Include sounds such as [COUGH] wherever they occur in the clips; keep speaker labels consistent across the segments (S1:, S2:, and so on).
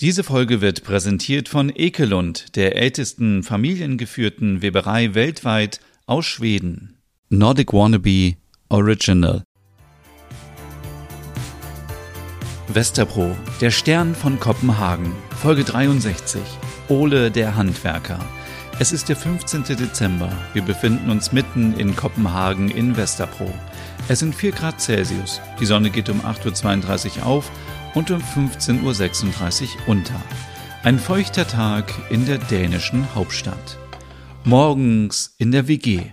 S1: Diese Folge wird präsentiert von Ekelund, der ältesten familiengeführten Weberei weltweit aus Schweden. Nordic Wannabe Original. Westerpro, der Stern von Kopenhagen, Folge 63. Ole der Handwerker. Es ist der 15. Dezember. Wir befinden uns mitten in Kopenhagen in Westerpro. Es sind 4 Grad Celsius. Die Sonne geht um 8.32 Uhr auf und um 15.36 Uhr unter. Ein feuchter Tag in der dänischen Hauptstadt. Morgens in der WG.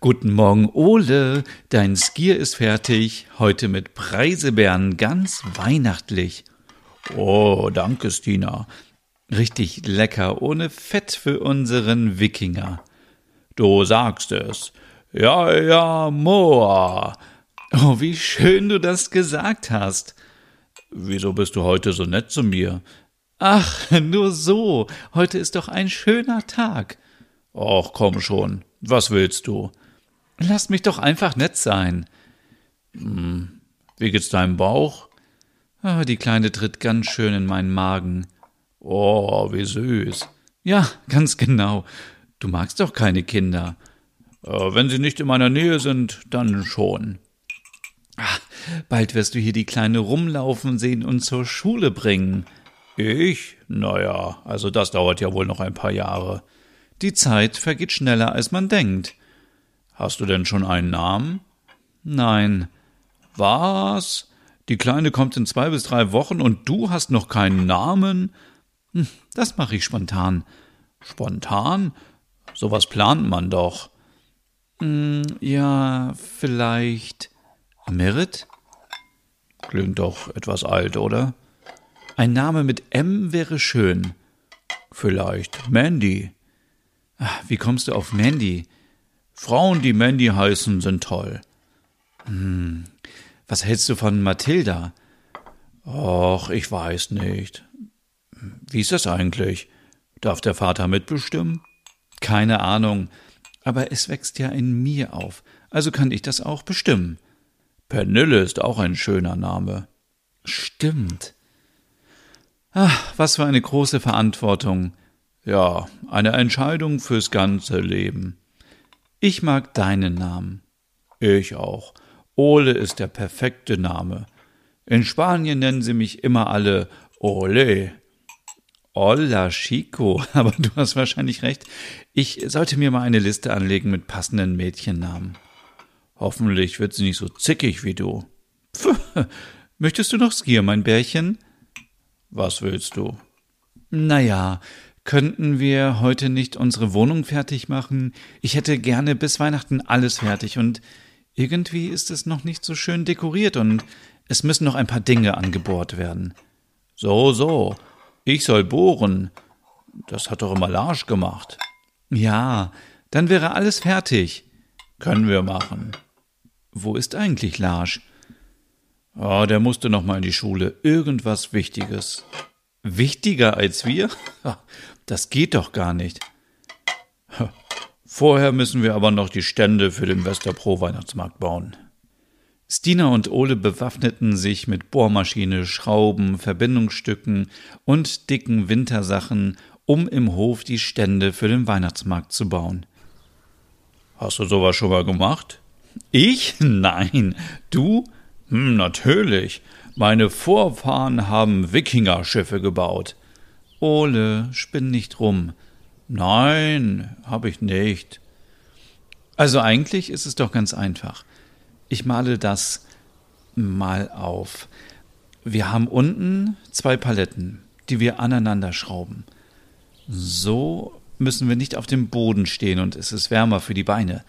S1: Guten Morgen, Ole. Dein Skier ist fertig. Heute mit Preisebeeren ganz weihnachtlich. Oh, danke, Stina. Richtig lecker, ohne Fett für unseren Wikinger. Du sagst es. Ja, ja, Moa. Oh, wie schön du das gesagt hast. Wieso bist du heute so nett zu mir? Ach, nur so. Heute ist doch ein schöner Tag. Och, komm schon. Was willst du? Lass mich doch einfach nett sein. Hm, wie geht's deinem Bauch? Ah, die Kleine tritt ganz schön in meinen Magen. Oh, wie süß. Ja, ganz genau. Du magst doch keine Kinder. Äh, wenn sie nicht in meiner Nähe sind, dann schon. Ah, Bald wirst du hier die Kleine rumlaufen sehen und zur Schule bringen.
S2: Ich? Naja, also das dauert ja wohl noch ein paar Jahre.
S1: Die Zeit vergeht schneller, als man denkt.
S2: Hast du denn schon einen Namen?
S1: Nein,
S2: Was? Die Kleine kommt in zwei bis drei Wochen und du hast noch keinen Namen? Hm,
S1: das mache ich spontan.
S2: Spontan? Sowas plant man doch. Hm,
S1: Ja, vielleicht. Merit?
S2: Klingt doch etwas alt, oder?
S1: Ein Name mit M wäre schön.
S2: Vielleicht Mandy.
S1: Ah, Wie kommst du auf Mandy?
S2: Frauen, die Mandy heißen, sind toll. Hm,
S1: Was hältst du von Mathilda?
S2: Och, ich weiß nicht. Wie ist das eigentlich? Darf der Vater mitbestimmen?
S1: Keine Ahnung. Aber es wächst ja in mir auf. Also kann ich das auch bestimmen.
S2: Pernille ist auch ein schöner Name.
S1: Stimmt. Ach, was für eine große Verantwortung.
S2: Ja, eine Entscheidung fürs ganze Leben.
S1: Ich mag deinen Namen.
S2: Ich auch. Ole ist der perfekte Name. In Spanien nennen sie mich immer alle Ole.
S1: Olla
S2: [LAUGHS]
S1: Chico, aber du hast wahrscheinlich recht. Ich sollte mir mal eine Liste anlegen mit passenden Mädchennamen.
S2: Hoffentlich wird sie nicht so zickig wie du. [LAUGHS]
S1: Möchtest du noch Skier, mein Bärchen?
S2: Was willst du?
S1: Naja, könnten wir heute nicht unsere Wohnung fertig machen? Ich hätte gerne bis Weihnachten alles fertig und irgendwie ist es noch nicht so schön dekoriert und es müssen noch ein paar Dinge angebohrt werden.
S2: So, so. Ich soll bohren. Das hat doch immer Larsch gemacht.
S1: Ja, dann wäre alles fertig.
S2: Können wir machen.
S1: Wo ist eigentlich Larsch?
S2: Ah, der musste noch mal in die Schule. Irgendwas Wichtiges.
S1: Wichtiger als wir? [LAUGHS] Ha, Das geht doch gar nicht.
S2: Vorher müssen wir aber noch die Stände für den Westerpro-Weihnachtsmarkt bauen.
S1: Stina und Ole bewaffneten sich mit Bohrmaschine, Schrauben, Verbindungsstücken und dicken Wintersachen, um im Hof die Stände für den Weihnachtsmarkt zu bauen.
S2: Hast du sowas schon mal gemacht?
S1: Ich? [LAUGHS] Nein. Du?
S2: Hm, natürlich. Meine Vorfahren haben Wikingerschiffe gebaut.
S1: Ole, spinn nicht rum.
S2: Nein, habe ich nicht.
S1: Also eigentlich ist es doch ganz einfach. Ich male das mal auf. Wir haben unten zwei Paletten, die wir aneinander schrauben. So müssen wir nicht auf dem Boden stehen und es ist wärmer für die Beine.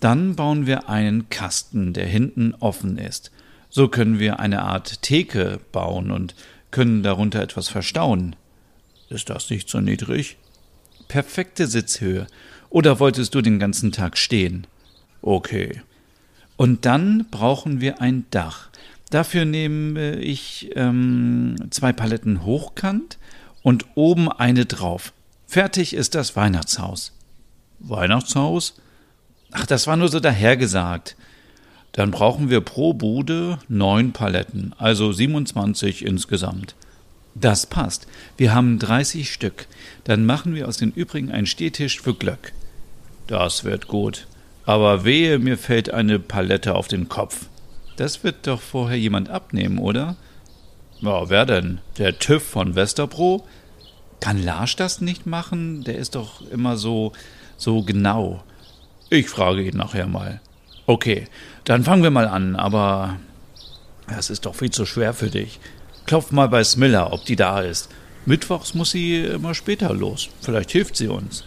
S1: Dann bauen wir einen Kasten, der hinten offen ist. So können wir eine Art Theke bauen und können darunter etwas verstauen.
S2: Ist das nicht so niedrig?
S1: Perfekte Sitzhöhe. Oder wolltest du den ganzen Tag stehen?
S2: Okay.
S1: Und dann brauchen wir ein Dach. Dafür nehme ich ähm, zwei Paletten hochkant und oben eine drauf. Fertig ist das Weihnachtshaus.
S2: Weihnachtshaus?
S1: Ach, das war nur so dahergesagt.
S2: Dann brauchen wir pro Bude neun Paletten, also 27 insgesamt.
S1: Das passt. Wir haben 30 Stück. Dann machen wir aus den übrigen einen Stehtisch für Glöck.
S2: Das wird gut. Aber wehe, mir fällt eine Palette auf den Kopf.
S1: Das wird doch vorher jemand abnehmen, oder?
S2: Ja, wer denn? Der TÜV von Westerbro?
S1: Kann Larsch das nicht machen? Der ist doch immer so, so genau.
S2: Ich frage ihn nachher mal. Okay, dann fangen wir mal an, aber das ist doch viel zu schwer für dich. Klopf mal bei Smilla, ob die da ist. Mittwochs muss sie immer später los. Vielleicht hilft sie uns.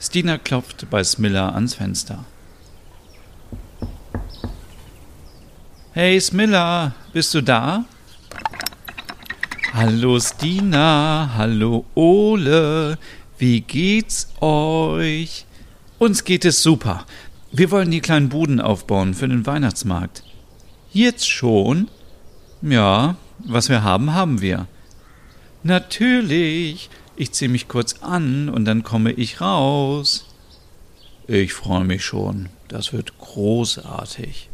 S1: Stina klopft bei Smilla ans Fenster.
S2: Hey Smilla, bist du da?
S1: Hallo Stina, hallo Ole, wie geht's euch?
S2: Uns geht es super. Wir wollen die kleinen Buden aufbauen für den Weihnachtsmarkt.
S1: Jetzt schon?
S2: Ja, was wir haben, haben wir.
S1: Natürlich. Ich ziehe mich kurz an und dann komme ich raus.
S2: Ich freue mich schon. Das wird großartig.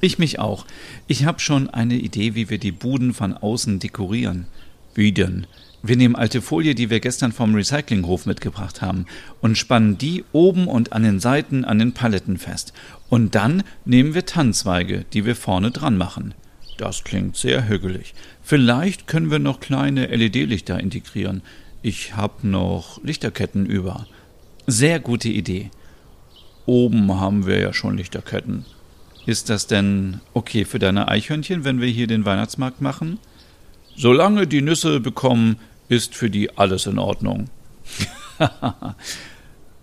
S1: Ich mich auch. Ich habe schon eine Idee, wie wir die Buden von außen dekorieren.
S2: Wie denn?
S1: Wir nehmen alte Folie, die wir gestern vom Recyclinghof mitgebracht haben, und spannen die oben und an den Seiten an den Paletten fest. Und dann nehmen wir Tannzweige, die wir vorne dran machen.
S2: Das klingt sehr hügelig. Vielleicht können wir noch kleine
S1: E
S2: LED-Lichter integrieren. Ich habe noch Lichterketten über.
S1: Sehr gute Idee.
S2: Oben haben wir ja schon Lichterketten.
S1: Ist das denn okay für deine Eichhörnchen, wenn wir hier den Weihnachtsmarkt machen?
S2: Solange die Nüsse bekommen, ist für die alles in Ordnung.
S1: [LAUGHS]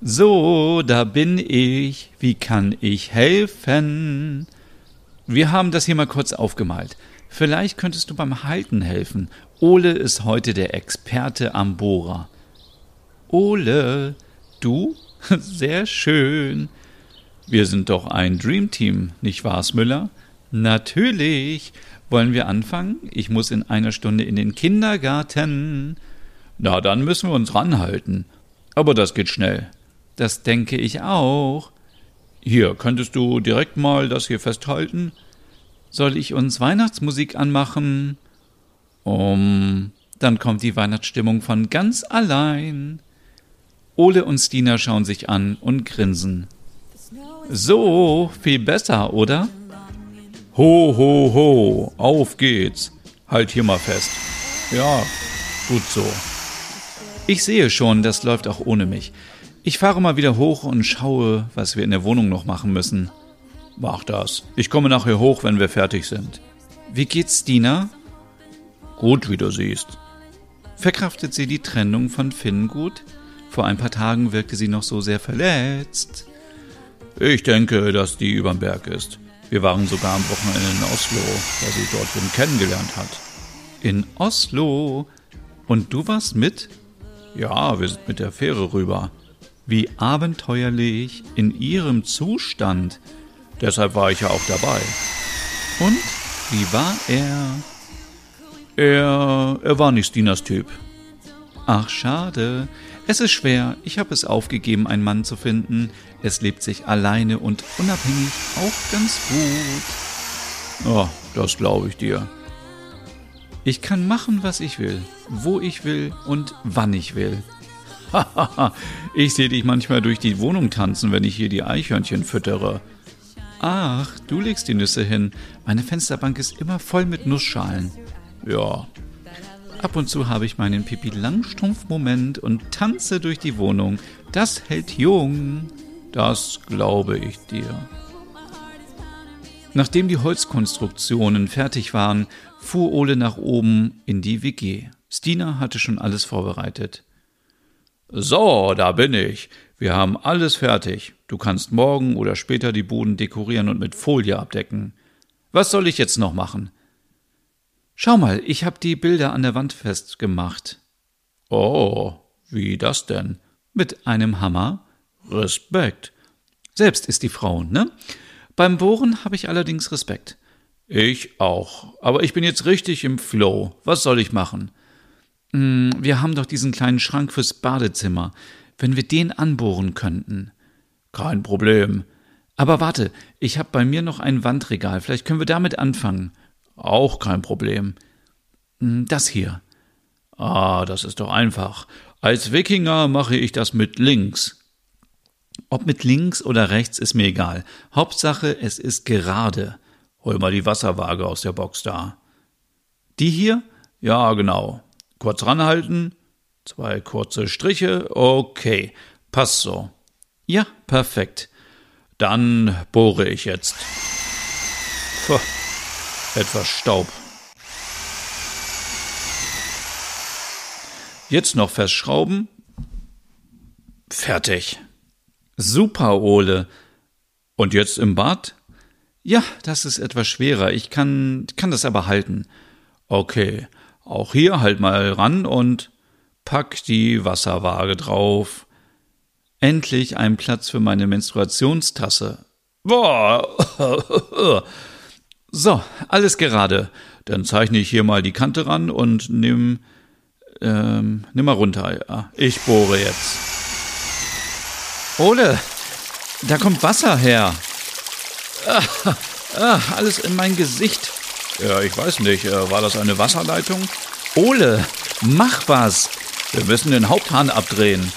S1: so, da bin ich. Wie kann ich helfen? Wir haben das hier mal kurz aufgemalt. Vielleicht könntest du beim Halten helfen. Ole ist heute der Experte am Bohrer.
S2: Ole, du?
S1: [LAUGHS] Sehr schön.
S2: Wir sind doch ein Dreamteam, nicht wahr's, Müller?
S1: Natürlich. Wollen wir anfangen? Ich muss in einer Stunde in den Kindergarten.
S2: Na, dann müssen wir uns ranhalten. Aber das geht schnell.
S1: Das denke ich auch.
S2: Hier, könntest du direkt mal das hier festhalten?
S1: Soll ich uns Weihnachtsmusik anmachen?
S2: Um,
S1: dann kommt die Weihnachtsstimmung von ganz allein. Ole und Stina schauen sich an und grinsen.
S2: So, viel besser, oder?
S1: Ho, ho, ho, auf geht's. Halt hier mal fest. Ja, gut so. Ich sehe schon, das läuft auch ohne mich. Ich fahre mal wieder hoch und schaue, was wir in der Wohnung noch machen müssen.
S2: Mach das. Ich komme nachher hoch, wenn wir fertig sind.
S1: Wie geht's, Dina?
S2: Gut, wie du siehst.
S1: Verkraftet sie die Trennung von Finn gut? Vor ein paar Tagen wirkte sie noch so sehr verletzt.
S2: Ich denke, dass die überm Berg ist. Wir waren sogar am Wochenende in Oslo, da sie dort wen kennengelernt hat.
S1: In Oslo? Und du warst mit?
S2: Ja, wir sind mit der Fähre rüber.
S1: Wie abenteuerlich in ihrem Zustand.
S2: Deshalb war ich ja auch dabei.
S1: Und wie war er?
S2: Er, er war nicht Stinas Typ.
S1: Ach, schade. Es ist schwer, ich habe es aufgegeben, einen Mann zu finden. Es lebt sich alleine und unabhängig auch ganz gut.
S2: Oh, das glaube ich dir.
S1: Ich kann machen, was ich will, wo ich will und wann ich will. [LAUGHS]
S2: Hahaha, ich sehe dich manchmal durch die Wohnung tanzen, wenn ich hier die Eichhörnchen füttere.
S1: Ach, du legst die Nüsse hin. Meine Fensterbank ist immer voll mit Nussschalen.
S2: Ja,
S1: Ab und zu habe ich meinen Pipi Langstrumpf-Moment und tanze durch die Wohnung. Das hält jung.
S2: Das glaube ich dir.
S1: Nachdem die Holzkonstruktionen fertig waren, fuhr Ole nach oben in die WG. Stina hatte schon alles vorbereitet.
S2: So, da bin ich. Wir haben alles fertig. Du kannst morgen oder später die Boden dekorieren und mit Folie abdecken.
S1: Was soll ich jetzt noch machen? Schau mal, ich habe die Bilder an der Wand festgemacht.
S2: Oh, wie das denn?
S1: Mit einem Hammer?
S2: Respekt.
S1: Selbst ist die Frau, ne? Beim Bohren habe ich allerdings Respekt.
S2: Ich auch. Aber ich bin jetzt richtig im Flow. Was soll ich machen?
S1: Hm, wir haben doch diesen kleinen Schrank fürs Badezimmer. Wenn wir den anbohren könnten.
S2: Kein Problem.
S1: Aber warte, ich habe bei mir noch ein Wandregal. Vielleicht können wir damit anfangen.
S2: Auch kein Problem.
S1: Das hier.
S2: Hm, Ah, das ist doch einfach. Als Wikinger mache ich das mit links.
S1: Ob mit links oder rechts ist mir egal. Hauptsache, es ist gerade.
S2: Hol mal die Wasserwaage aus der Box da.
S1: Die hier?
S2: Ja, genau. Kurz ranhalten. Zwei kurze Striche. Okay. Passt so.
S1: Ja, perfekt.
S2: Dann bohre ich jetzt. Puh, etwas Staub. Jetzt noch festschrauben. Fertig.
S1: Super, Ole.
S2: Und jetzt im Bad?
S1: Ja, das ist etwas schwerer. Ich kann, kann das aber halten.
S2: Okay. Auch hier halt mal ran und pack die Wasserwaage drauf.
S1: Endlich ein Platz für meine Menstruationstasse.
S2: Boah. [LAUGHS]
S1: so, alles gerade.
S2: Dann zeichne ich hier mal die Kante ran und nimm, ähm, nimm mal runter. Ja. Ich bohre jetzt.
S1: Ole, da kommt Wasser her.
S2: Ah, ah, alles in mein Gesicht. Ja, ich weiß nicht. äh, War das eine Wasserleitung?
S1: Ole, mach was.
S2: Wir müssen den Haupthahn abdrehen.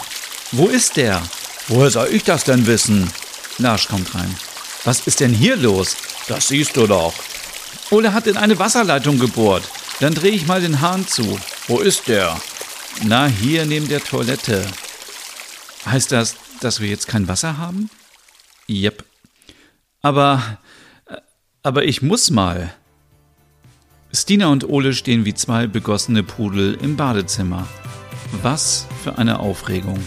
S1: Wo ist der?
S2: Woher soll ich das denn wissen?
S1: Lars kommt rein. Was ist denn hier los?
S2: Das siehst du doch.
S1: Ole hat in eine Wasserleitung gebohrt. Dann drehe ich mal den Hahn zu.
S2: Wo ist der?
S1: Na, hier neben der Toilette. Heißt das, dass wir jetzt kein Wasser haben?
S2: Jep.
S1: Aber. Aber ich muss mal. Stina und Ole stehen wie zwei begossene Pudel im Badezimmer. Was für eine Aufregung.